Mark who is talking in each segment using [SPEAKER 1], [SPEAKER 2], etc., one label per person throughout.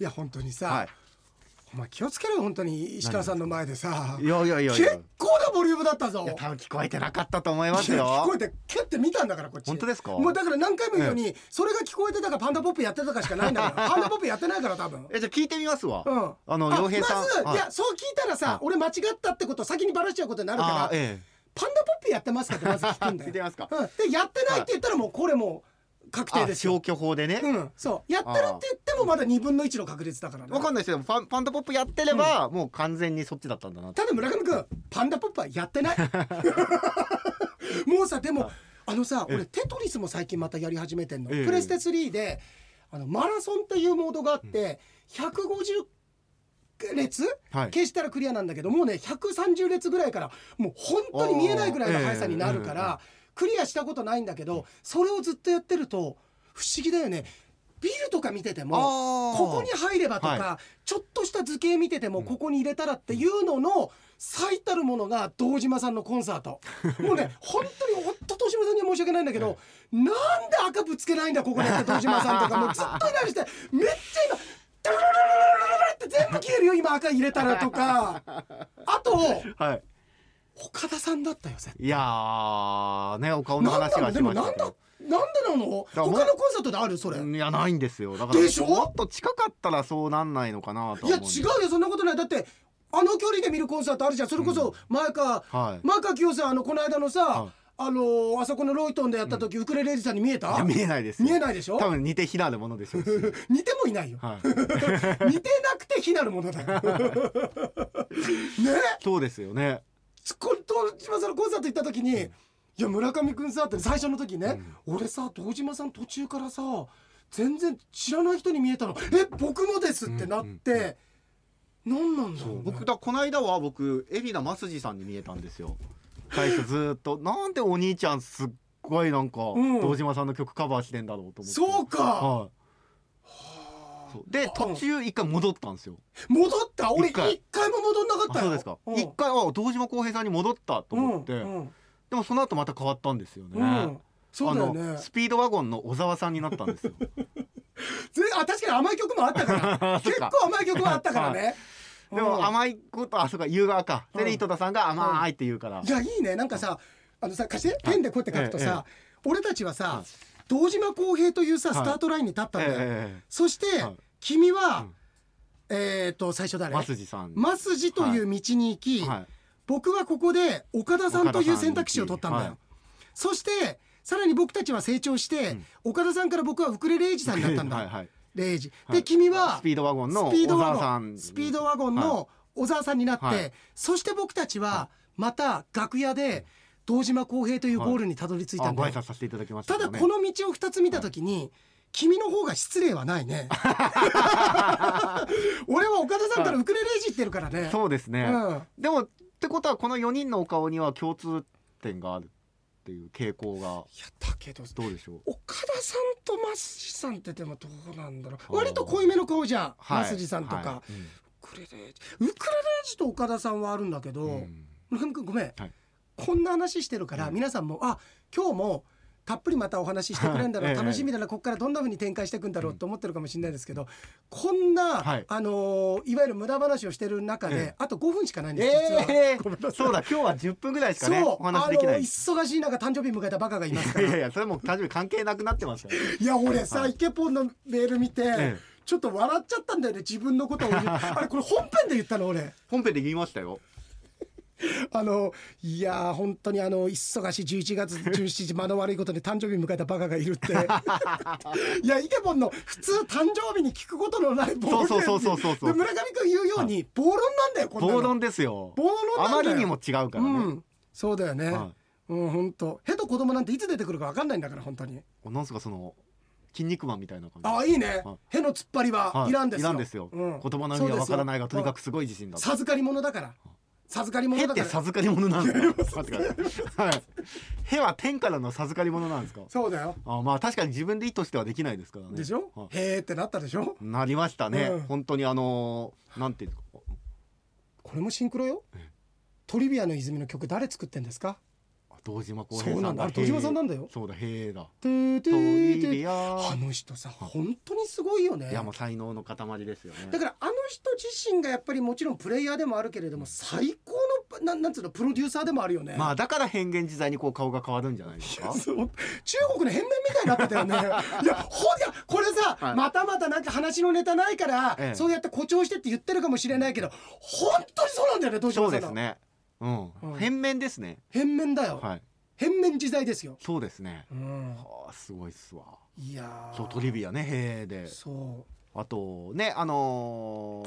[SPEAKER 1] いや本当にさ、
[SPEAKER 2] はい
[SPEAKER 1] お前気をつけろよ本当に石川さんの前でさ
[SPEAKER 2] いやいやいやいや
[SPEAKER 1] 結構なボリュームだったぞ
[SPEAKER 2] いや多分聞こえてなかったと思います
[SPEAKER 1] いや聞こ
[SPEAKER 2] よ
[SPEAKER 1] えてキュッて見たんだからこっち
[SPEAKER 2] 本当ですか
[SPEAKER 1] もうだから何回も言うように、それが聞こえてたからパンダポップやってたかしかないんだ からパンダポップやってないから多分
[SPEAKER 2] えじゃあ聞いてみますわ、
[SPEAKER 1] うん
[SPEAKER 2] あの洋平さん
[SPEAKER 1] まず、、
[SPEAKER 2] はい
[SPEAKER 1] やそう聞いたらさ、俺間違ったってことを先にバラしちゃうことになるから
[SPEAKER 2] あ、え
[SPEAKER 1] パンダポップやってますかってまず聞くんだよ
[SPEAKER 2] 聞いてますか
[SPEAKER 1] うん、でやってないって言ったらもうこれもう確定
[SPEAKER 2] え、あ
[SPEAKER 1] ですよ
[SPEAKER 2] 消去法でね、
[SPEAKER 1] うん、そうやってるって言ってもまだ2分の1の確率だからね
[SPEAKER 2] わかんないですよパンパンダポップやってれば、もう完全にそっちだったんだなって
[SPEAKER 1] ただ村上君パンダポップはやって ないもうさでもあのさ
[SPEAKER 2] ええ
[SPEAKER 1] 俺テトリスも最近またやり始めてんの、
[SPEAKER 2] ええ
[SPEAKER 1] プレステ3であのマラソンっていうモードがあって、150列、
[SPEAKER 2] はい
[SPEAKER 1] 消したらクリアなんだけどもうね130列ぐらいからもう本当に見えないぐらいの速さになるか
[SPEAKER 2] あーえええ
[SPEAKER 1] ら、クリアしたことないんだけどそれをずっとやってると不思議だよねビルとか見てても
[SPEAKER 2] あ
[SPEAKER 1] ここに入ればとか、
[SPEAKER 2] は
[SPEAKER 1] ちょっとした図形見ててもここに入れたらっていうのの最たるものが堂島さんのコンサー トもうね本当にほんと堂島さんには申し訳ないんだけど、なんで赤ぶつけないんだここでって堂島さんとかもうずっといらしてめっちゃ今ドゥルルルルルルルルって全部消えるよ今赤入れたらとかあと
[SPEAKER 2] はい
[SPEAKER 1] 岡田さんだったよ絶
[SPEAKER 2] いやーねお顔の
[SPEAKER 1] 対
[SPEAKER 2] 話
[SPEAKER 1] な
[SPEAKER 2] は
[SPEAKER 1] んだ
[SPEAKER 2] し
[SPEAKER 1] でも
[SPEAKER 2] まし
[SPEAKER 1] な
[SPEAKER 2] た
[SPEAKER 1] ん
[SPEAKER 2] け
[SPEAKER 1] だ
[SPEAKER 2] ど
[SPEAKER 1] なんでなの
[SPEAKER 2] ら
[SPEAKER 1] 他
[SPEAKER 2] も
[SPEAKER 1] の
[SPEAKER 2] う
[SPEAKER 1] コンサートであるそれ
[SPEAKER 2] いやないんですよだから
[SPEAKER 1] でしょ
[SPEAKER 2] もっと近かったらそうなんないのかなと
[SPEAKER 1] いや違
[SPEAKER 2] は思うんです
[SPEAKER 1] うよそんなことないだってあの距離で見るコンサートあるじゃんそれこそ前川、
[SPEAKER 2] はい
[SPEAKER 1] 前川清さんあのこの間のさ、
[SPEAKER 2] はい
[SPEAKER 1] あのーあそこのロイトンでやった時、ウクレレジさんに見え
[SPEAKER 2] い
[SPEAKER 1] た
[SPEAKER 2] や見えないです
[SPEAKER 1] 見えないでしょ
[SPEAKER 2] 多分似て非なるものでしょうし
[SPEAKER 1] 似てもいないよ
[SPEAKER 2] はい
[SPEAKER 1] 似てなくて非なるものだ よ ね
[SPEAKER 2] そうですよね
[SPEAKER 1] こ堂島さんのコンサート行った時に、いや村上君さって最初の時ね、俺さ堂島さん途中からさ全然知らない人に見えたの「え僕もです」ってなって、何なんだろう、ね、
[SPEAKER 2] 僕だこの間は僕海老名正治さんに見えたんですよ最初ずーっと なんでお兄ちゃんすっごいなんか
[SPEAKER 1] ん
[SPEAKER 2] 堂島さんの曲カバーしてんだろうと思って
[SPEAKER 1] そうか、
[SPEAKER 2] はいそうで途中一回戻ったんですよ
[SPEAKER 1] 戻った俺一
[SPEAKER 2] 一回
[SPEAKER 1] 回も戻んなかっ
[SPEAKER 2] あ
[SPEAKER 1] たよ
[SPEAKER 2] そうですか
[SPEAKER 1] ん
[SPEAKER 2] 一回あ堂島康平さんに戻ったと思って
[SPEAKER 1] うん
[SPEAKER 2] でもその後また変わったんですよ
[SPEAKER 1] うんうん
[SPEAKER 2] ね
[SPEAKER 1] そうだよね
[SPEAKER 2] あのスピードワゴンの小沢さんになったん ですよ
[SPEAKER 1] ぜあ確かに甘い曲もあったから
[SPEAKER 2] そっ
[SPEAKER 1] 結
[SPEAKER 2] か
[SPEAKER 1] 構甘い曲もあったからね
[SPEAKER 2] で
[SPEAKER 1] う
[SPEAKER 2] も
[SPEAKER 1] ん
[SPEAKER 2] 甘いことあそうか言う側か
[SPEAKER 1] う
[SPEAKER 2] で
[SPEAKER 1] ん
[SPEAKER 2] 井戸田さんが甘いって言うから
[SPEAKER 1] いやいいねなんかさあのさ貸してペンでこうやって書くとさ俺たちはさ堂島康平というさ
[SPEAKER 2] は
[SPEAKER 1] ス
[SPEAKER 2] い
[SPEAKER 1] タートラインに立ったんだよ
[SPEAKER 2] ええ
[SPEAKER 1] そして
[SPEAKER 2] はい
[SPEAKER 1] 君は
[SPEAKER 2] ん
[SPEAKER 1] えっと最初だね
[SPEAKER 2] 松治さん
[SPEAKER 1] マスジという道に行き、
[SPEAKER 2] はい
[SPEAKER 1] 僕はここで岡田さんという選択肢を取ったんだよ、
[SPEAKER 2] はい
[SPEAKER 1] そしてさらに僕たちは成長して、岡田さんから僕はウクレレイジさんになったんだ、
[SPEAKER 2] はいはい
[SPEAKER 1] レイジで、
[SPEAKER 2] はい
[SPEAKER 1] 君は
[SPEAKER 2] スピードワゴンの
[SPEAKER 1] スピードワ
[SPEAKER 2] 小沢さ
[SPEAKER 1] ゴン
[SPEAKER 2] ん
[SPEAKER 1] スピードワゴンの小沢さんになって、
[SPEAKER 2] はい
[SPEAKER 1] そして僕たちはまた楽屋で堂島康平というゴールにたどり着いたん
[SPEAKER 2] あ
[SPEAKER 1] だ
[SPEAKER 2] ご
[SPEAKER 1] よ、
[SPEAKER 2] 挨拶させていただきました
[SPEAKER 1] た
[SPEAKER 2] け
[SPEAKER 1] だ
[SPEAKER 2] どね
[SPEAKER 1] この道を2つ見た時に、君の方が失礼はない ね俺は岡田さんからウクレレイジって言ってるからね、
[SPEAKER 2] そうですね
[SPEAKER 1] うん
[SPEAKER 2] でもってことはこの4人のお顔には共通点があるっていう傾向が
[SPEAKER 1] いやだけど
[SPEAKER 2] どうでしょう
[SPEAKER 1] 岡田さんと増地さんってでもどうなんだろう
[SPEAKER 2] あー
[SPEAKER 1] 割と濃いめの顔じゃん、
[SPEAKER 2] はい
[SPEAKER 1] 増地さんとか、
[SPEAKER 2] はいうん
[SPEAKER 1] ウクレレージウクレレージと岡田さんはあるんだけど、
[SPEAKER 2] うん
[SPEAKER 1] 村上君ごめん、
[SPEAKER 2] はい
[SPEAKER 1] こんな話してるから、
[SPEAKER 2] うん
[SPEAKER 1] 皆さんもあ今日もたっぷりまたお話ししてくれるんだろう、
[SPEAKER 2] ええ
[SPEAKER 1] 楽しみだなここからどんな風に展開していくんだろうと思ってるかもしれないですけどこんな、
[SPEAKER 2] はい
[SPEAKER 1] あのーいわゆる無駄話をしてる中で、
[SPEAKER 2] ええ
[SPEAKER 1] あと5分しかないんです、実は。
[SPEAKER 2] ええそうだ今日は10分ぐらいしかね
[SPEAKER 1] そう、
[SPEAKER 2] お
[SPEAKER 1] あの
[SPEAKER 2] 話できな
[SPEAKER 1] ー
[SPEAKER 2] い
[SPEAKER 1] 忙しい中誕生日迎えたバカがいますから
[SPEAKER 2] いやいやそれもう誕生日関係なくなってますからね
[SPEAKER 1] いや俺さ、イケポンのメール見て、
[SPEAKER 2] え
[SPEAKER 1] ちょっと笑っちゃったんだよね自分のこと を言うあれこれ本編で言ったの俺
[SPEAKER 2] 本編で言いましたよ
[SPEAKER 1] あのいやー本当にあの忙しい11月17日間の悪いことで誕生日迎えたバカがいるって いやイケポンの普通誕生日に聞くことのない暴論
[SPEAKER 2] そうそうそうそうそう
[SPEAKER 1] で村上君言うように暴論なんだよこんなの
[SPEAKER 2] 暴論ですよ
[SPEAKER 1] 暴論なんだ
[SPEAKER 2] あ
[SPEAKER 1] よ
[SPEAKER 2] まりにも違うか
[SPEAKER 1] う
[SPEAKER 2] らね
[SPEAKER 1] んそうだよね、
[SPEAKER 2] は
[SPEAKER 1] うん本当へと子供なんていつ出てくるか分かんないんだから本当に
[SPEAKER 2] おなんすかその筋肉マンみたいな感じ
[SPEAKER 1] ああいいね
[SPEAKER 2] は
[SPEAKER 1] への突っ張りは
[SPEAKER 2] はい
[SPEAKER 1] らんですよ、
[SPEAKER 2] いらんですよ、
[SPEAKER 1] うん
[SPEAKER 2] 言葉の意味はわからないが
[SPEAKER 1] そ
[SPEAKER 2] と
[SPEAKER 1] うですよ
[SPEAKER 2] にかくすごい自信だった
[SPEAKER 1] 授かり物だから授かり物
[SPEAKER 2] へっ
[SPEAKER 1] だ
[SPEAKER 2] て
[SPEAKER 1] から
[SPEAKER 2] 授かり物なんですか待ってくださいはいへは天からの授かり物なんですか
[SPEAKER 1] そうだよ
[SPEAKER 2] あまあ確かに自分で意図してはできないですからね
[SPEAKER 1] でしょ
[SPEAKER 2] はい
[SPEAKER 1] へーってなったでしょ
[SPEAKER 2] なりましたね、
[SPEAKER 1] うん
[SPEAKER 2] 本当にあのーなんていうんですか
[SPEAKER 1] これもシンクロよトリビアの泉の曲誰作ってんですか
[SPEAKER 2] 堂島浩
[SPEAKER 1] そ
[SPEAKER 2] 平
[SPEAKER 1] う
[SPEAKER 2] さ
[SPEAKER 1] なんんだ
[SPEAKER 2] が
[SPEAKER 1] あ
[SPEAKER 2] へ
[SPEAKER 1] れ
[SPEAKER 2] ー
[SPEAKER 1] 堂島さんなんだよ
[SPEAKER 2] そうだへえだ
[SPEAKER 1] てーて
[SPEAKER 2] ト
[SPEAKER 1] ー
[SPEAKER 2] イ
[SPEAKER 1] てー
[SPEAKER 2] レや
[SPEAKER 1] あの人さ本当にすごいよね
[SPEAKER 2] いやもう才能の塊ですよね
[SPEAKER 1] だからあの人自身がやっぱりもちろんプレイヤーでもあるけれども最高のななんつうのプロデューサーでもあるよね
[SPEAKER 2] まあだから変幻自在にこう顔が変わるんじゃないです か
[SPEAKER 1] そう中国の変面みたいになってたよ ねいやほりゃこれさ、
[SPEAKER 2] はい
[SPEAKER 1] またまたなんか話のネタないから、
[SPEAKER 2] ええ
[SPEAKER 1] そうやって誇張してって言ってるかもしれないけど本当にそうなんだよねどうし
[SPEAKER 2] そう
[SPEAKER 1] ま
[SPEAKER 2] ですねうん、
[SPEAKER 1] うん
[SPEAKER 2] 変面ですね
[SPEAKER 1] 変面だよ、
[SPEAKER 2] はい
[SPEAKER 1] 変面自在ですよ、
[SPEAKER 2] そうですね
[SPEAKER 1] うん、
[SPEAKER 2] あーすごいっすわ
[SPEAKER 1] いやー
[SPEAKER 2] そうトリビアねへえで
[SPEAKER 1] そ
[SPEAKER 2] あとねあの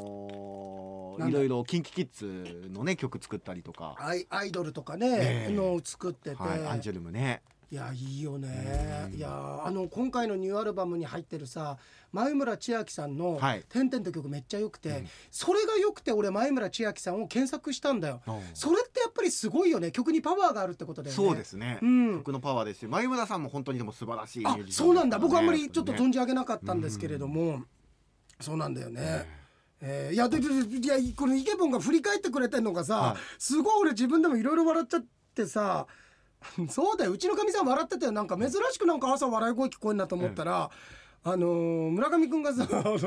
[SPEAKER 2] ー
[SPEAKER 1] なん
[SPEAKER 2] い
[SPEAKER 1] だ
[SPEAKER 2] ろいろキンキキッズのね曲作ったりとか
[SPEAKER 1] う、アイアイドルとかね、
[SPEAKER 2] ええ
[SPEAKER 1] のを作ってて、
[SPEAKER 2] はい、アンジェルムね
[SPEAKER 1] いやいいよね
[SPEAKER 2] う、ん
[SPEAKER 1] いやーあの今回のニューアルバムに入ってるさ前村千秋さんの
[SPEAKER 2] はい
[SPEAKER 1] 「てんてん」と曲めっちゃ良くて、
[SPEAKER 2] うん
[SPEAKER 1] それが良くて俺前村千秋さんを検索したんだよそれってやっぱりすごいよね曲にパワーがあるってことだよね
[SPEAKER 2] そうですね、
[SPEAKER 1] うん
[SPEAKER 2] 曲のパワーですし前村さんも本当にでも素晴らしいミュ
[SPEAKER 1] あ
[SPEAKER 2] ージシャン
[SPEAKER 1] そうなんだ
[SPEAKER 2] です
[SPEAKER 1] 僕
[SPEAKER 2] か
[SPEAKER 1] あん
[SPEAKER 2] らね
[SPEAKER 1] まりちょっと
[SPEAKER 2] ね
[SPEAKER 1] 存じ上げなかったんですけれども、そうなんだよね、えーいやでででいやこのイケボンが振り返ってくれてんのがさ、
[SPEAKER 2] はい
[SPEAKER 1] すごい俺自分でもいろいろ笑っちゃってさ そうだようちのかみさん笑ってたよなんか珍しくなんか朝笑い声聞こえんなと思ったら、あのー村上くんがさ あの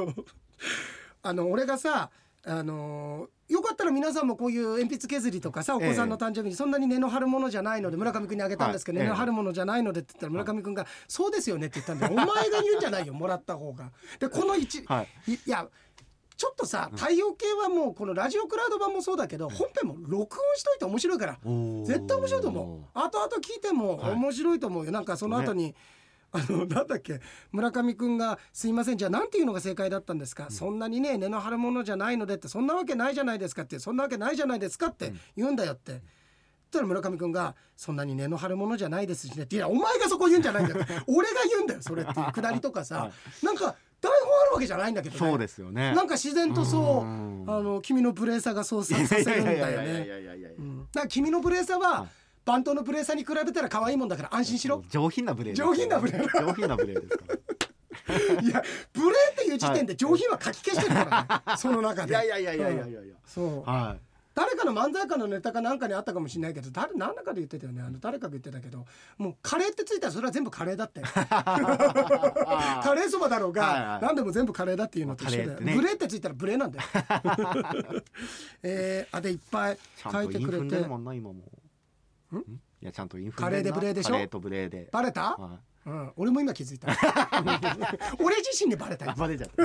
[SPEAKER 1] あの俺がさあのーよかったら皆さんもこういう鉛筆削りとかさお子さんの誕生日にそんなに根の張るものじゃないので村上くんにあげたんですけど、
[SPEAKER 2] はい
[SPEAKER 1] 根の張るものじゃないのでって言ったら村上くんが「そうですよね」って言ったんで「お前が言うんじゃないよもらった方が」でこの一
[SPEAKER 2] はい
[SPEAKER 1] いいやちょっとさ太陽系はもうこのラジオクラウド版もそうだけど本編も録音しといて面白いから絶対面白いと思う後々聞いても
[SPEAKER 2] はい
[SPEAKER 1] 面白いと思うよなんかその後にあのなんだっけ村上くんが「すいませんじゃあ何ていうのが正解だったんですか、そんなにね根の張るものじゃないので」って「そんなわけないじゃないですか」って「そんなわけないじゃないですか」って言うんだよって。そしたら村上くんが「そんなに根の張るものじゃないですしね」って「いやお前がそこ言うんじゃないんだよ俺が言うんだよそれ」っていうくだりとかさ、なんか台本あるわけじゃないんだけどね
[SPEAKER 2] そうですよね
[SPEAKER 1] なんか自然とそう
[SPEAKER 2] うん
[SPEAKER 1] あの君のブレーサーがそうさせるん
[SPEAKER 2] い
[SPEAKER 1] だ
[SPEAKER 2] やい
[SPEAKER 1] よ
[SPEAKER 2] やいやい
[SPEAKER 1] ね。
[SPEAKER 2] やいやいやいや
[SPEAKER 1] うんだから君のブレーサーは番頭のブレーサーに比べたら可愛いもんだから安心しろ。
[SPEAKER 2] 上品な無礼です
[SPEAKER 1] 上品な無礼
[SPEAKER 2] 上品な無礼です から
[SPEAKER 1] いやブレーっていう時点で上品は書き消してるからね。その中
[SPEAKER 2] いやい
[SPEAKER 1] で。
[SPEAKER 2] やいやいやいやいやいや
[SPEAKER 1] そう
[SPEAKER 2] はい
[SPEAKER 1] 誰かの漫才家のネタかなんかにあったかもしれないけど誰何らかで言ってたよねあの誰かが言ってたけどもうカレーってついたらそれは全部カレーだってカレーそばだろう
[SPEAKER 2] はいは
[SPEAKER 1] が
[SPEAKER 2] い
[SPEAKER 1] 何でも全部カレーだっていうのと一緒だ
[SPEAKER 2] まあ
[SPEAKER 1] よ
[SPEAKER 2] カレーってね
[SPEAKER 1] ブレーってついたらブレーなんだ よ、えー、あでいっぱい
[SPEAKER 2] ちゃん
[SPEAKER 1] 書い
[SPEAKER 2] と
[SPEAKER 1] て
[SPEAKER 2] イン
[SPEAKER 1] くれ
[SPEAKER 2] フン
[SPEAKER 1] て
[SPEAKER 2] でるもんな今もんいやちゃんとインフン
[SPEAKER 1] カレーで無礼でしょ
[SPEAKER 2] カレーと無礼で
[SPEAKER 1] バレた、
[SPEAKER 2] は
[SPEAKER 1] うん、俺も今気づいた 俺自身にバレた
[SPEAKER 2] いあ
[SPEAKER 1] よ
[SPEAKER 2] バレちゃった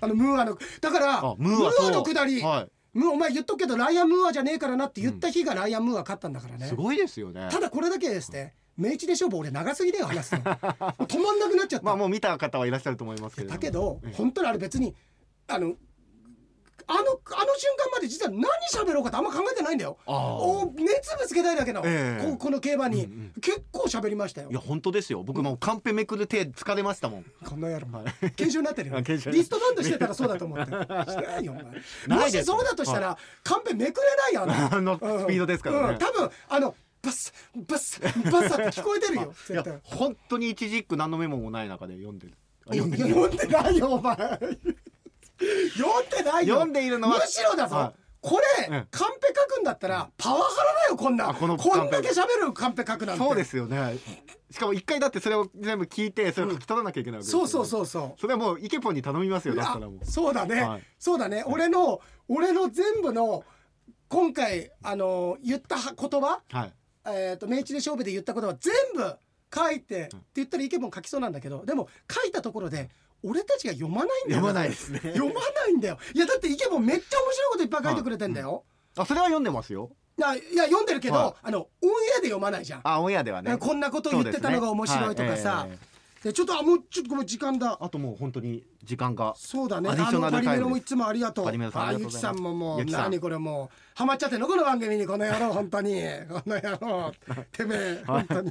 [SPEAKER 1] あのムーアのだから
[SPEAKER 2] あ
[SPEAKER 1] ム
[SPEAKER 2] ム
[SPEAKER 1] ー
[SPEAKER 2] ー
[SPEAKER 1] ア
[SPEAKER 2] アそう
[SPEAKER 1] のくだり、
[SPEAKER 2] は
[SPEAKER 1] ムーお前言っとくけどライアンムーアじゃねえからなって言った日がライアンムーア勝ったんだからね、
[SPEAKER 2] すごいですよね
[SPEAKER 1] ただこれだけですね明治で勝負俺長すぎだよ話すの もう止まんなくなっちゃった、
[SPEAKER 2] まあもう見た方はいらっしゃると思いますけれども
[SPEAKER 1] だけど
[SPEAKER 2] ええ
[SPEAKER 1] 本当にあれ別にあのあのあの瞬間まで実は何喋ろうかってあんま考えてないんだよ
[SPEAKER 2] ああ
[SPEAKER 1] お熱ぶつけたいだけの、
[SPEAKER 2] ええ
[SPEAKER 1] ここの競馬に、
[SPEAKER 2] うんうん
[SPEAKER 1] 結構喋りましたよ
[SPEAKER 2] いや本当ですよ僕もうカンペめくる手疲れましたもん
[SPEAKER 1] この野郎、研修になってるよ、ね、
[SPEAKER 2] あ
[SPEAKER 1] リ
[SPEAKER 2] 研修に
[SPEAKER 1] ストバンドしてたらそうだと 思ってしてないよお前
[SPEAKER 2] な
[SPEAKER 1] も
[SPEAKER 2] いです
[SPEAKER 1] しそうだとしたらカンペめくれないよ
[SPEAKER 2] あのスピードですからね
[SPEAKER 1] うん、多分あのバスバスバスって聞こえてる よ
[SPEAKER 2] い
[SPEAKER 1] 絶
[SPEAKER 2] や
[SPEAKER 1] 対
[SPEAKER 2] 本当に一字一句何のメモもない中で読んでるあ
[SPEAKER 1] いや
[SPEAKER 2] 読んでる
[SPEAKER 1] 読んでないよお前読んでないよ
[SPEAKER 2] 読んでいるのは
[SPEAKER 1] むしろだぞ、
[SPEAKER 2] はい
[SPEAKER 1] これ、
[SPEAKER 2] うん
[SPEAKER 1] カンペ書くんだったらパワハラだよこんな
[SPEAKER 2] あこの
[SPEAKER 1] こ
[SPEAKER 2] カ
[SPEAKER 1] ん
[SPEAKER 2] ンペ
[SPEAKER 1] だけ喋るカンペ書くなんて
[SPEAKER 2] そうですよねしかも一回だってそれを全部聞いてそれを書き取らなきゃいけないわけですよ
[SPEAKER 1] そう
[SPEAKER 2] ね
[SPEAKER 1] そうそうそう
[SPEAKER 2] それはもうイケポンに頼みますよだったらもう
[SPEAKER 1] あそうだね、
[SPEAKER 2] はい
[SPEAKER 1] そうだね俺の俺の全部の今回あの言ったは言葉、
[SPEAKER 2] はい
[SPEAKER 1] えー、と明治で勝負で言った言葉全部書いて、って言ったらイケボン書きそうなんだけどでも書いたところで俺たちが読まないんだよ
[SPEAKER 2] 読まないですね
[SPEAKER 1] 読まないんだよいやだってイケボンめっちゃ面白いこといっぱい書いてくれてんだよ、
[SPEAKER 2] あそれは読んでますよ
[SPEAKER 1] ないや読んでるけど、
[SPEAKER 2] は
[SPEAKER 1] あのオンエアで読まないじゃん、
[SPEAKER 2] あオンエアではね
[SPEAKER 1] こんなこと言ってたのが面白いとかさ
[SPEAKER 2] そうですねはいえええ
[SPEAKER 1] でちょっとあもうちょっとごめん時間だ
[SPEAKER 2] えあともう本当に時間が
[SPEAKER 1] そうだね。
[SPEAKER 2] アディ
[SPEAKER 1] あ
[SPEAKER 2] ショ
[SPEAKER 1] の
[SPEAKER 2] ナ
[SPEAKER 1] パ
[SPEAKER 2] ル
[SPEAKER 1] リ
[SPEAKER 2] タ
[SPEAKER 1] メ
[SPEAKER 2] イム
[SPEAKER 1] ロもいつもありがとう。
[SPEAKER 2] パリメロさん
[SPEAKER 1] あ
[SPEAKER 2] ありがと
[SPEAKER 1] ゆ
[SPEAKER 2] うご
[SPEAKER 1] き
[SPEAKER 2] ざいます
[SPEAKER 1] さんももう
[SPEAKER 2] ゆきさん
[SPEAKER 1] 何これもうハマっちゃってんのこの番組にこの野郎本当にこの野郎てめ え本当に。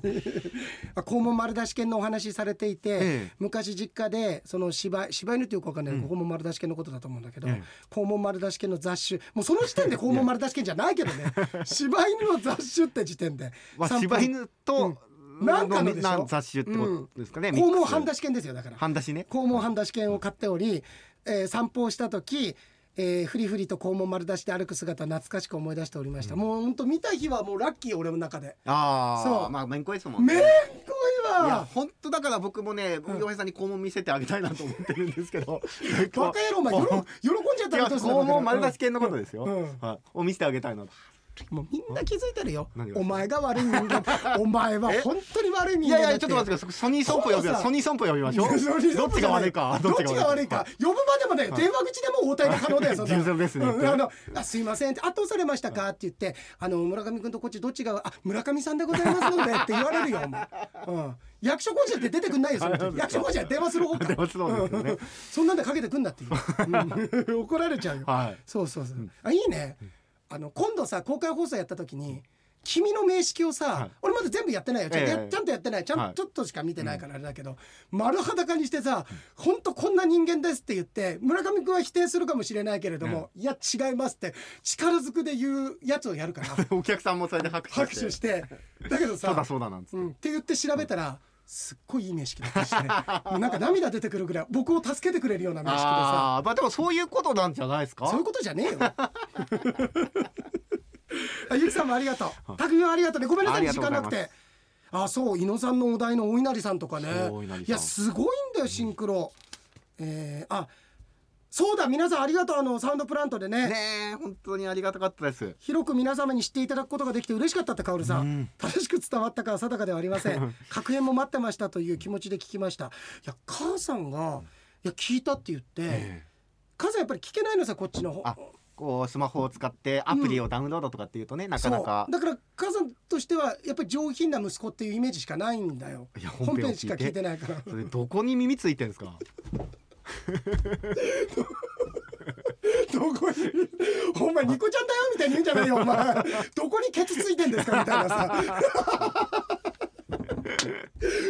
[SPEAKER 1] あ肛門丸出し犬のお話されていて、
[SPEAKER 2] え
[SPEAKER 1] 昔実家でその柴柴犬っていうかわかんない、ここも丸出し犬のことだと思うんだけど、
[SPEAKER 2] ええ
[SPEAKER 1] 肛門丸出し犬の雑種もうその時点 で肛門丸出し犬じゃないけどね柴犬の雑種って時点で。
[SPEAKER 2] まあ
[SPEAKER 1] 散歩
[SPEAKER 2] 柴犬と
[SPEAKER 1] なんかのでしょ
[SPEAKER 2] な雑種ってことですかねミッ
[SPEAKER 1] 肛
[SPEAKER 2] クス
[SPEAKER 1] 門半出し犬ですよだから。
[SPEAKER 2] 半出しね
[SPEAKER 1] 肛門半出し券を買っており、えー散歩をした時、ええーフリフリと肛門丸出しで歩く姿懐かしく思い出しておりました、もう本当見た日はもうラッキー俺の中で
[SPEAKER 2] ああ
[SPEAKER 1] そう
[SPEAKER 2] まあめんこいですもん
[SPEAKER 1] めん
[SPEAKER 2] ね
[SPEAKER 1] こい
[SPEAKER 2] いや
[SPEAKER 1] わ
[SPEAKER 2] 本当だから僕もね
[SPEAKER 1] ん
[SPEAKER 2] 洋平さんに肛門見せてあげたいなと思ってるんですけど
[SPEAKER 1] バカ野郎お前
[SPEAKER 2] こう
[SPEAKER 1] 喜ん喜んじゃっ
[SPEAKER 2] い
[SPEAKER 1] た
[SPEAKER 2] や
[SPEAKER 1] らどうすんだ
[SPEAKER 2] 肛門丸出し
[SPEAKER 1] け
[SPEAKER 2] 系のことですよ、
[SPEAKER 1] うんうん
[SPEAKER 2] はい、を見せてあげたいなと
[SPEAKER 1] もうみんな気づいてるよ
[SPEAKER 2] 何が
[SPEAKER 1] お前が悪い人 間お前は本当に悪い
[SPEAKER 2] い
[SPEAKER 1] 人間
[SPEAKER 2] やい
[SPEAKER 1] だ
[SPEAKER 2] やちょっと待ってくださいソニーソンポ
[SPEAKER 1] 今
[SPEAKER 2] 呼び
[SPEAKER 1] 度
[SPEAKER 2] ま
[SPEAKER 1] さ
[SPEAKER 2] ソニーソンポ呼びましょ
[SPEAKER 1] いや それ
[SPEAKER 2] うどっちが悪いか
[SPEAKER 1] どっちが悪い
[SPEAKER 2] は
[SPEAKER 1] か呼ぶまでもね電話口でも応対が可能だよそん な
[SPEAKER 2] 重症ですね
[SPEAKER 1] うんあのあすいませんって圧倒されましたかって言ってあの村上君とこっちどっちがあ村上さんでございますのでって言われるよお前うん役所工事だって出てくんないよその時役所工事は電話する方か
[SPEAKER 2] 電話する方ですよね
[SPEAKER 1] うんそんなんでかけてくんなって いううん怒られちゃうよ
[SPEAKER 2] はい
[SPEAKER 1] そうそうそう。あいいね。あの今度さ公開放送やった時に。君の名式をさ、
[SPEAKER 2] はい
[SPEAKER 1] 俺まだ全部やってないよちゃ,、
[SPEAKER 2] ええ
[SPEAKER 1] やちゃんとやってないちゃん、
[SPEAKER 2] はい
[SPEAKER 1] ちょっとしか見てないからあれだけど、丸裸にしてさ「ほんとこんな人間です」って言って村上君は否定するかもしれないけれども「いや違います」って力ずくで言うやつをやるから
[SPEAKER 2] お客さんもそれで拍手
[SPEAKER 1] 拍手しててだけど
[SPEAKER 2] そうだ
[SPEAKER 1] さ
[SPEAKER 2] そうだなんつって、
[SPEAKER 1] うん、って言って調べたら、すっごいいい名式だったしねなんか涙出てくるぐらい僕を助けてくれるような名式でさ
[SPEAKER 2] ああまあでもそういうことなんじゃないですか
[SPEAKER 1] そういうことじゃねえよ。 あゆきさんもありがとう。たくみもありがとうね。ごめんなさいね、
[SPEAKER 2] あ
[SPEAKER 1] 時
[SPEAKER 2] りがと
[SPEAKER 1] 間
[SPEAKER 2] うござ
[SPEAKER 1] ないく
[SPEAKER 2] ます
[SPEAKER 1] て。あ、そう、伊野さんのお題のお稲荷さんとかね
[SPEAKER 2] そうお稲荷さ。
[SPEAKER 1] い
[SPEAKER 2] ん
[SPEAKER 1] や、すごいんだよ、シンクロ。えーあ。そうだ、皆さんありがとう、あのサウンドプラントでね。
[SPEAKER 2] ねえ本当にありがたかったです
[SPEAKER 1] 広く皆様に知っていただくことができて嬉しかったってカオルさん、
[SPEAKER 2] うん
[SPEAKER 1] 正しく伝わったかは定かではありません確変も待ってましたという気持ちで聞きましたいや母さんがいや聞いたって言って、
[SPEAKER 2] え
[SPEAKER 1] 母さんやっぱり聞けないのさこっちの方
[SPEAKER 2] あこうスマホを使ってアプリをダウンロードとかっていうとね、なかなか
[SPEAKER 1] そうだから母さんとしてはやっぱり上品な息子っていうイメージしかないんだよ
[SPEAKER 2] いや
[SPEAKER 1] 本編しか聞いて
[SPEAKER 2] ない
[SPEAKER 1] ないから
[SPEAKER 2] それどこに耳ついてんですか
[SPEAKER 1] どこにお前ニコちゃんだよみたいに言うんじゃないよお前どこにケツついてんですかみたいな さ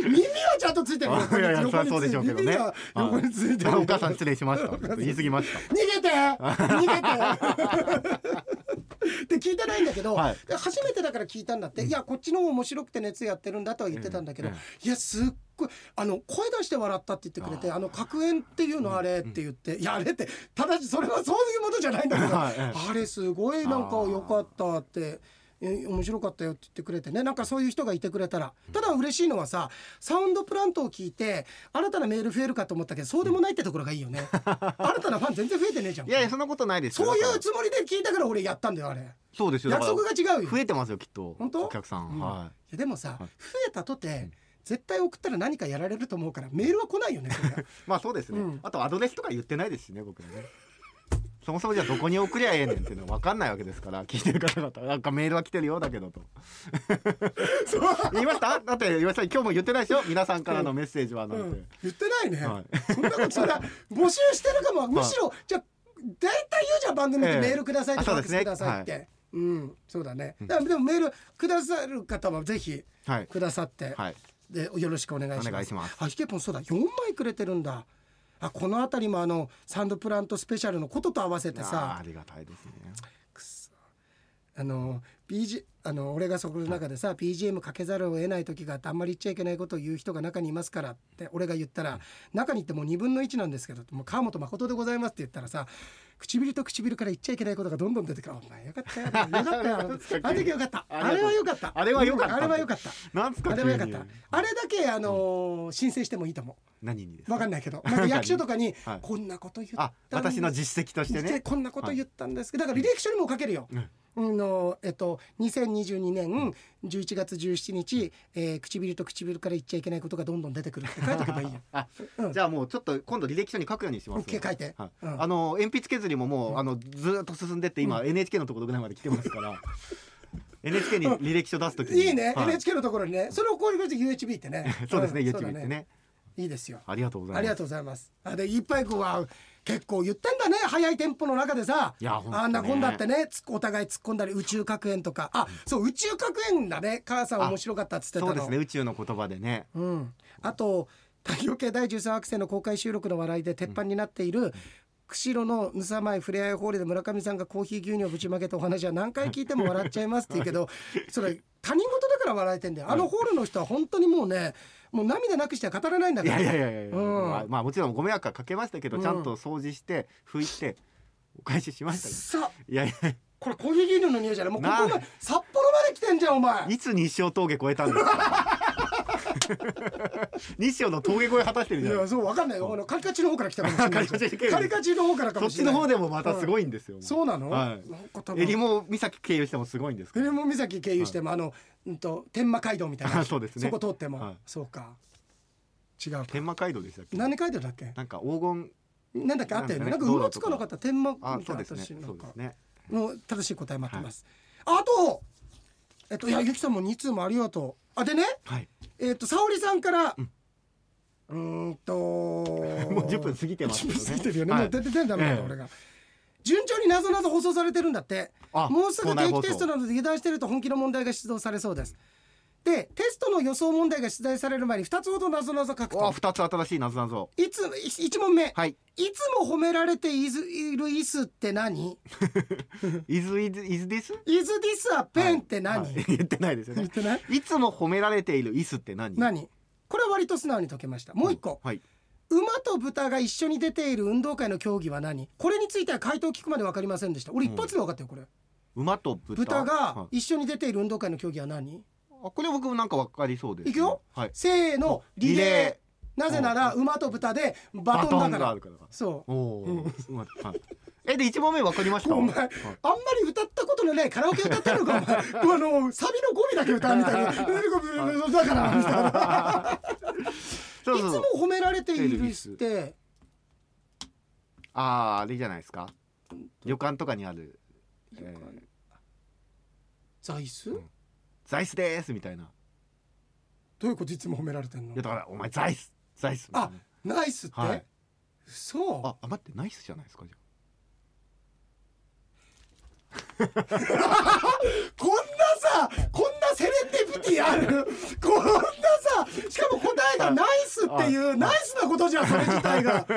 [SPEAKER 1] 耳はちゃんとついてるよ
[SPEAKER 2] あ いやいやそりゃそうでしょうけどね
[SPEAKER 1] 耳は横についてる、
[SPEAKER 2] お母さん失礼しましたちょっと言い過ぎました
[SPEAKER 1] 逃げて逃げ てって聞いてないんだけど、
[SPEAKER 2] はい
[SPEAKER 1] で初めてだから聞いたんだって、いやこっちの方面白くて熱やってるんだとは言ってたんだけど、
[SPEAKER 2] うんうん
[SPEAKER 1] いやすっごいあの声出して笑ったって言ってくれて「あの格演っていうのあれ」って言って「いやあれ」ってただしそれはそういうものじゃないんだけど、
[SPEAKER 2] はいええ
[SPEAKER 1] あれすごいなんか
[SPEAKER 2] あー
[SPEAKER 1] 良かったって。え面白かったよって言ってくれてねなんかそういう人がいてくれたらただ嬉しいのはさサウンドプラントを聞いて新たなメール増えるかと思ったけどそうでもないってところがいいよね新たなファン全然増えてねえじゃん
[SPEAKER 2] いやいやそんなことないですよ
[SPEAKER 1] そう
[SPEAKER 2] だ
[SPEAKER 1] い
[SPEAKER 2] か
[SPEAKER 1] う
[SPEAKER 2] ら
[SPEAKER 1] つもりで聞いたから俺やったんだよあれ
[SPEAKER 2] そうですよだ
[SPEAKER 1] 約
[SPEAKER 2] から
[SPEAKER 1] 束が違うよ
[SPEAKER 2] 増えてますよきっと
[SPEAKER 1] 本当
[SPEAKER 2] お客さん、
[SPEAKER 1] うん
[SPEAKER 2] はい
[SPEAKER 1] やでもさ増
[SPEAKER 2] はい
[SPEAKER 1] えたとて絶対送ったら何かやられると思うからメールは来ないよねそれは
[SPEAKER 2] いまあそうですね、
[SPEAKER 1] うん
[SPEAKER 2] あとアドレスとか言ってないですしね僕らね そもそもじゃあどこに送りゃええねんっていうのは分かんないわけですから聞いてる方々なんかメールは来てるよだけど と 言いましただって岩井さん今日も言ってないでしょ皆さんからのメッセージは なんて、
[SPEAKER 1] うん言ってないね、
[SPEAKER 2] は
[SPEAKER 1] そんなことそりゃ募集してるかもむしろじゃあ大体言うじゃん番組で
[SPEAKER 2] ええ
[SPEAKER 1] メールくださいと
[SPEAKER 2] あ
[SPEAKER 1] か
[SPEAKER 2] そ
[SPEAKER 1] フ
[SPEAKER 2] う
[SPEAKER 1] ァック
[SPEAKER 2] です
[SPEAKER 1] ス
[SPEAKER 2] ね
[SPEAKER 1] くださいって、うんそうだねだからでもメールくださる方はぜひ
[SPEAKER 2] はい
[SPEAKER 1] くださって、
[SPEAKER 2] はい
[SPEAKER 1] でよろしくお願いします。
[SPEAKER 2] お願いします
[SPEAKER 1] あひけぽんそうだ4枚くれてるんだ。あこの辺りもあのサンドプラントスペシャルのことと合わせて
[SPEAKER 2] あー
[SPEAKER 1] さ
[SPEAKER 2] ありがたいですね
[SPEAKER 1] あの BG あの俺がそこの中でさ BGM かけざるを得ない時があってあんまり言っちゃいけないことを言う人が中にいますからって俺が言ったら中に行ってもう2分の1なんですけどもう川本誠でございますって言ったらさ唇と唇から言っちゃいけないことがどんどん出てくるお前よかったよよかったよ あの時よかったあれはよかった
[SPEAKER 2] あれはよかった
[SPEAKER 1] あれはよかった
[SPEAKER 2] なんすか
[SPEAKER 1] あれはよかった
[SPEAKER 2] 急に
[SPEAKER 1] あれだけあのー申請してもいいと思う
[SPEAKER 2] 何にです
[SPEAKER 1] わかんないけど、なんか役所とかに
[SPEAKER 2] はい
[SPEAKER 1] こんなこと言ったん
[SPEAKER 2] あ私の実績として
[SPEAKER 1] で
[SPEAKER 2] ね
[SPEAKER 1] こんなこと言ったんですけど、だから履歴書にも書けるよ。うんのえっと2022年11月17日、えー唇と唇から言っちゃいけないことがどんどん出てくるって書いとけばいいよ。
[SPEAKER 2] あ
[SPEAKER 1] うん
[SPEAKER 2] じゃあもうちょっと今度履歴書に書くようにします
[SPEAKER 1] オッケー書いて
[SPEAKER 2] は
[SPEAKER 1] うん
[SPEAKER 2] あの鉛筆削りももうあのずーっと進んでって今 NHK のところぐらいまで来てますから NHK に履歴書出すときに
[SPEAKER 1] いいね、
[SPEAKER 2] はい
[SPEAKER 1] NHK のところにねそれをこういうことで UHB ってね
[SPEAKER 2] そうですね
[SPEAKER 1] ん
[SPEAKER 2] YouTube
[SPEAKER 1] だ
[SPEAKER 2] ってね
[SPEAKER 1] いいですよ
[SPEAKER 2] ありがとうございます
[SPEAKER 1] ありがとうございますあでいっぱいこうは結構言ってんだね早いテンポの中でさ
[SPEAKER 2] いやほんとね
[SPEAKER 1] あんなこんだってねつお互い突っ込んだり宇宙学園とかあそう宇宙学園だね母さん面白かったっつってた
[SPEAKER 2] そ
[SPEAKER 1] の
[SPEAKER 2] うですね宇宙の言葉で ね
[SPEAKER 1] うん、あと太陽系第13惑星の公開収録の笑いで鉄板になっている、釧路のぬさまいふれあいホールで村上さんがコーヒー牛乳をぶちまけたお話は何回聞いても笑っちゃいますって言うけどそれ他人事だから笑えてんだよあのホールの人は本当にもうねもう涙なくしては語らないんだ
[SPEAKER 2] い
[SPEAKER 1] から
[SPEAKER 2] やいやいやいや、
[SPEAKER 1] うん
[SPEAKER 2] まあ、まあもちろんご迷惑はかけましたけど、
[SPEAKER 1] うん
[SPEAKER 2] ちゃんと掃除して拭いてお返ししましたよ
[SPEAKER 1] さ
[SPEAKER 2] いやいや
[SPEAKER 1] これコーヒー牛乳の匂いじゃないもうここま
[SPEAKER 2] な
[SPEAKER 1] で札幌まで来てんじゃんお前
[SPEAKER 2] いつ日照峠越えたんですか 日照の峠越え果たしてる
[SPEAKER 1] い
[SPEAKER 2] じゃない
[SPEAKER 1] やそうわかんないよあのカリカチの方から来たかもしれない
[SPEAKER 2] カリカチ系です
[SPEAKER 1] カリカチの方からか
[SPEAKER 2] そ
[SPEAKER 1] も
[SPEAKER 2] っ
[SPEAKER 1] し
[SPEAKER 2] ち
[SPEAKER 1] れな
[SPEAKER 2] の
[SPEAKER 1] い
[SPEAKER 2] 方でもまたすごいんですよ、
[SPEAKER 1] そうなの、
[SPEAKER 2] はい
[SPEAKER 1] なんか多分
[SPEAKER 2] えりも岬経由してもすごいんですか
[SPEAKER 1] えりも岬経由しても、あのうんと天満街道みたいな
[SPEAKER 2] あそうですね
[SPEAKER 1] こ通っても、
[SPEAKER 2] はい
[SPEAKER 1] そうか違うか
[SPEAKER 2] 天満街道でしたっけ
[SPEAKER 1] 何街道だっけ
[SPEAKER 2] なんか黄金
[SPEAKER 1] なんだっけあったよねな
[SPEAKER 2] な
[SPEAKER 1] か
[SPEAKER 2] んんかね
[SPEAKER 1] うろつかなかった天満みたい
[SPEAKER 2] あ
[SPEAKER 1] な
[SPEAKER 2] そう
[SPEAKER 1] のあ
[SPEAKER 2] で
[SPEAKER 1] っ
[SPEAKER 2] す
[SPEAKER 1] た
[SPEAKER 2] ね
[SPEAKER 1] しな
[SPEAKER 2] そ
[SPEAKER 1] ん
[SPEAKER 2] うで
[SPEAKER 1] か
[SPEAKER 2] すね
[SPEAKER 1] の正しい答え待ってます、あとえっといやゆきさんも2通もありがとうあでね
[SPEAKER 2] はい
[SPEAKER 1] えっと沙織さんから
[SPEAKER 2] ん
[SPEAKER 1] うーんとも
[SPEAKER 2] もう10分過ぎてます
[SPEAKER 1] 10
[SPEAKER 2] けど
[SPEAKER 1] 分過ぎてるよね、
[SPEAKER 2] はい
[SPEAKER 1] もう出ててんだもん、
[SPEAKER 2] ええ
[SPEAKER 1] 俺が順調になぞなぞ放送されてるんだって
[SPEAKER 2] あ
[SPEAKER 1] もうすぐ
[SPEAKER 2] 校内
[SPEAKER 1] 定期
[SPEAKER 2] 放送
[SPEAKER 1] テストなどで油断してると本気の問題が出動されそうですでテストの予想問題が出題される前に2つほどなぞなぞ書く
[SPEAKER 2] わ
[SPEAKER 1] と
[SPEAKER 2] あ二つ新しい謎謎
[SPEAKER 1] いつ1問目、
[SPEAKER 2] はい
[SPEAKER 1] い、つも褒められていずいるイスって何
[SPEAKER 2] is is is this
[SPEAKER 1] イズディスアペンって何、
[SPEAKER 2] はい 言ってないですよ
[SPEAKER 1] 言っ
[SPEAKER 2] ね
[SPEAKER 1] てない
[SPEAKER 2] いつも褒められているイスって何
[SPEAKER 1] 何これは割と素直に解けましたもう一個、
[SPEAKER 2] はい
[SPEAKER 1] 馬と豚が一緒に出ている運動会の競技は何これについては回答聞くまで分かりませんでした俺一発で分かったよこれ、
[SPEAKER 2] 馬と豚
[SPEAKER 1] 豚が
[SPEAKER 2] はい
[SPEAKER 1] 一緒に出ている運動会の競技は何
[SPEAKER 2] あこれ僕もなんかわかりそうです
[SPEAKER 1] いくよ
[SPEAKER 2] はい
[SPEAKER 1] せーのリ
[SPEAKER 2] リレー
[SPEAKER 1] レーなぜなら馬と豚でバ
[SPEAKER 2] バ
[SPEAKER 1] ト
[SPEAKER 2] ト
[SPEAKER 1] ン
[SPEAKER 2] ン
[SPEAKER 1] だか
[SPEAKER 2] があ
[SPEAKER 1] ら
[SPEAKER 2] るから
[SPEAKER 1] そ
[SPEAKER 2] おおー、はいえで一問目わかりまし
[SPEAKER 1] う
[SPEAKER 2] た
[SPEAKER 1] お前あ
[SPEAKER 2] は
[SPEAKER 1] ん
[SPEAKER 2] い
[SPEAKER 1] まり歌ったことのないカラオケ歌ってるの かお前あのサビの語尾だけ歌うみたいなだからみたいな
[SPEAKER 2] そう
[SPEAKER 1] い
[SPEAKER 2] そう
[SPEAKER 1] つ
[SPEAKER 2] そう
[SPEAKER 1] も褒められているって
[SPEAKER 2] あーあれじゃないですか旅館とかにあるえー
[SPEAKER 1] 座椅子
[SPEAKER 2] ん座椅子ですみたいな
[SPEAKER 1] どういうこといつも褒められてんの
[SPEAKER 2] いやだからお前座椅子座椅子みたい
[SPEAKER 1] あ
[SPEAKER 2] な
[SPEAKER 1] ナイスって、
[SPEAKER 2] はい
[SPEAKER 1] そう
[SPEAKER 2] ああ待ってナイスじゃないですかじゃ
[SPEAKER 1] こんなさこんなセレンディピティあ るこんなさしかも答えがナイスっていうナイスなことじゃんそれ自体 がこ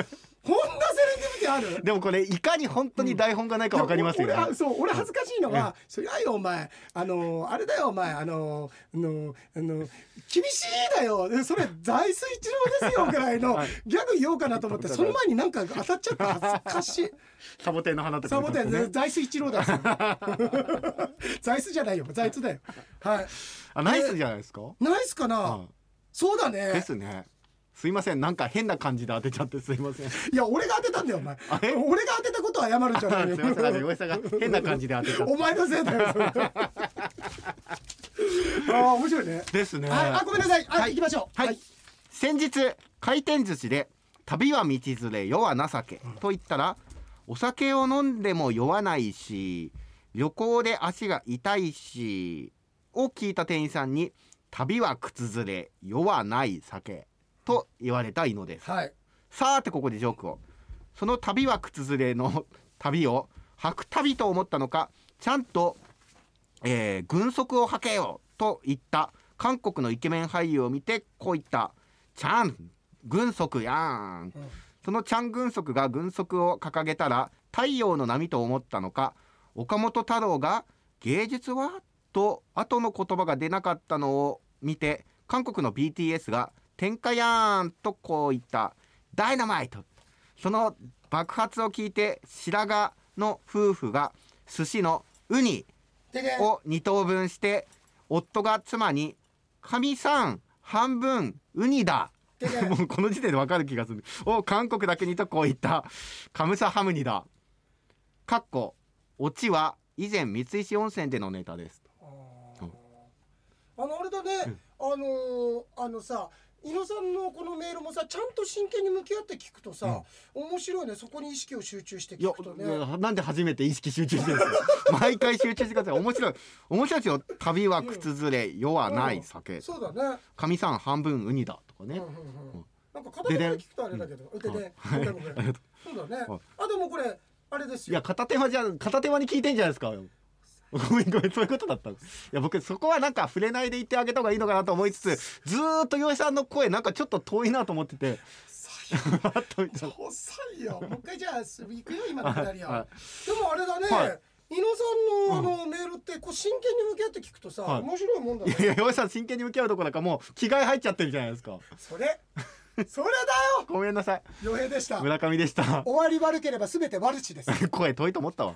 [SPEAKER 1] んなセレンディピティあ
[SPEAKER 2] あ
[SPEAKER 1] る
[SPEAKER 2] でもこれいかに本当に台本がないかわかりますよね
[SPEAKER 1] 俺はそう俺恥ずかしいのは「そりゃよお前あのあれだよお前あのあのあの厳しいだよそれ財水一郎ですよ」ぐらいのギャグ言おうかなと思ってその前になんか当たっちゃった恥ずかしい。
[SPEAKER 2] サボテンの花とか
[SPEAKER 1] サボテン
[SPEAKER 2] ね
[SPEAKER 1] 財津一郎だ。 財津じゃないよ、財津だよ。はい。
[SPEAKER 2] あナイスじゃないですか
[SPEAKER 1] ナイスか
[SPEAKER 2] う
[SPEAKER 1] な。
[SPEAKER 2] ん
[SPEAKER 1] そうだね
[SPEAKER 2] で。すねすいませんなんか変な感じで当てちゃってすいま せんす
[SPEAKER 1] いや、俺が当てたんだよ、お前
[SPEAKER 2] あえ。
[SPEAKER 1] 俺が当てたことは謝るじゃ
[SPEAKER 2] い
[SPEAKER 1] ないよ
[SPEAKER 2] ません。なんか岩井さんが変な感じで当てちゃっ
[SPEAKER 1] お前のせいだ よ。それああ、面白いね。
[SPEAKER 2] てですね
[SPEAKER 1] はい、あ、ごめんなさい。はい、行きましょう。
[SPEAKER 2] はい、。先日回転寿司で「旅は道連れ世は情け」と言ったらお酒を飲んでも酔わないし旅行で足が痛いしを聞いた店員さんに「旅は靴ずれ酔はない酒」と言われたいのです
[SPEAKER 1] はい。
[SPEAKER 2] さーてここでジョークをその旅は靴ずれの 旅を履く旅と思ったのかちゃんと、えー軍足を履けよと言った韓国のイケメン俳優を見てこう言った「ちゃん軍足やん」そのチャン・軍足が軍足を掲げたら太陽の波と思ったのか岡本太郎が「芸術は?」と後の言葉が出なかったのを見て韓国の BTS が「天下やーん」とこう言った「ダイナマイト」その爆発を聞いて白髪の夫婦が寿司のウニ
[SPEAKER 1] でね。
[SPEAKER 2] を2等分して夫が妻に「かみさん半分ウニだ」
[SPEAKER 1] でね。
[SPEAKER 2] もうこの時点でわかる気がする。お韓国だけにとこう言った。カムサハムニだ。かっこ、オチは以前三石温泉でのネタです。
[SPEAKER 1] あーあのあれだね、あのーあのさ伊野さんのこのメールもさちゃんと真剣に向き合って聞くとさ、面白いねそこに意識を集中して
[SPEAKER 2] いや
[SPEAKER 1] 聞くと、ね
[SPEAKER 2] なんで初めて意識集中してるんですか 毎回集中してください。面白い。面白いですよ。旅は靴ずれ、世はない酒。
[SPEAKER 1] そうだね、
[SPEAKER 2] かみさん半分ウニだと
[SPEAKER 1] う
[SPEAKER 2] か
[SPEAKER 1] ん
[SPEAKER 2] ね
[SPEAKER 1] うんう。ん、なんか片手で聞くとあれだけどでで、ごめんごめんそうだね
[SPEAKER 2] はい
[SPEAKER 1] あでもこれあれです
[SPEAKER 2] い
[SPEAKER 1] よ
[SPEAKER 2] や、片手間じゃ、片手間に聞いてんじゃないですか。ごめんごめん、そういうことだったの。いや、僕、そこはなんか触れないで言ってあげた方がいいのかなと思いつつ、ずーっと洋井さんの声、なんかちょっと遠いなと思っ てて、
[SPEAKER 1] 最
[SPEAKER 2] ふわっと見たら
[SPEAKER 1] 遅い よもう一回じゃあ行くよ今のくだりを、
[SPEAKER 2] は
[SPEAKER 1] でもあれだね、
[SPEAKER 2] はい
[SPEAKER 1] 伊野さんのあのメールってこう真剣に向き合って聞くとさ、
[SPEAKER 2] はい
[SPEAKER 1] 面白いもんだ
[SPEAKER 2] い
[SPEAKER 1] ね
[SPEAKER 2] やいや、洋井さん真剣に向き合うとこなんかもう着替え入っちゃってるじゃないですか。
[SPEAKER 1] それそれだよ
[SPEAKER 2] ごめんなさい
[SPEAKER 1] 余平でした
[SPEAKER 2] 村上でした
[SPEAKER 1] 終わり悪ければ全て悪しです
[SPEAKER 2] 声遠いと思ったわ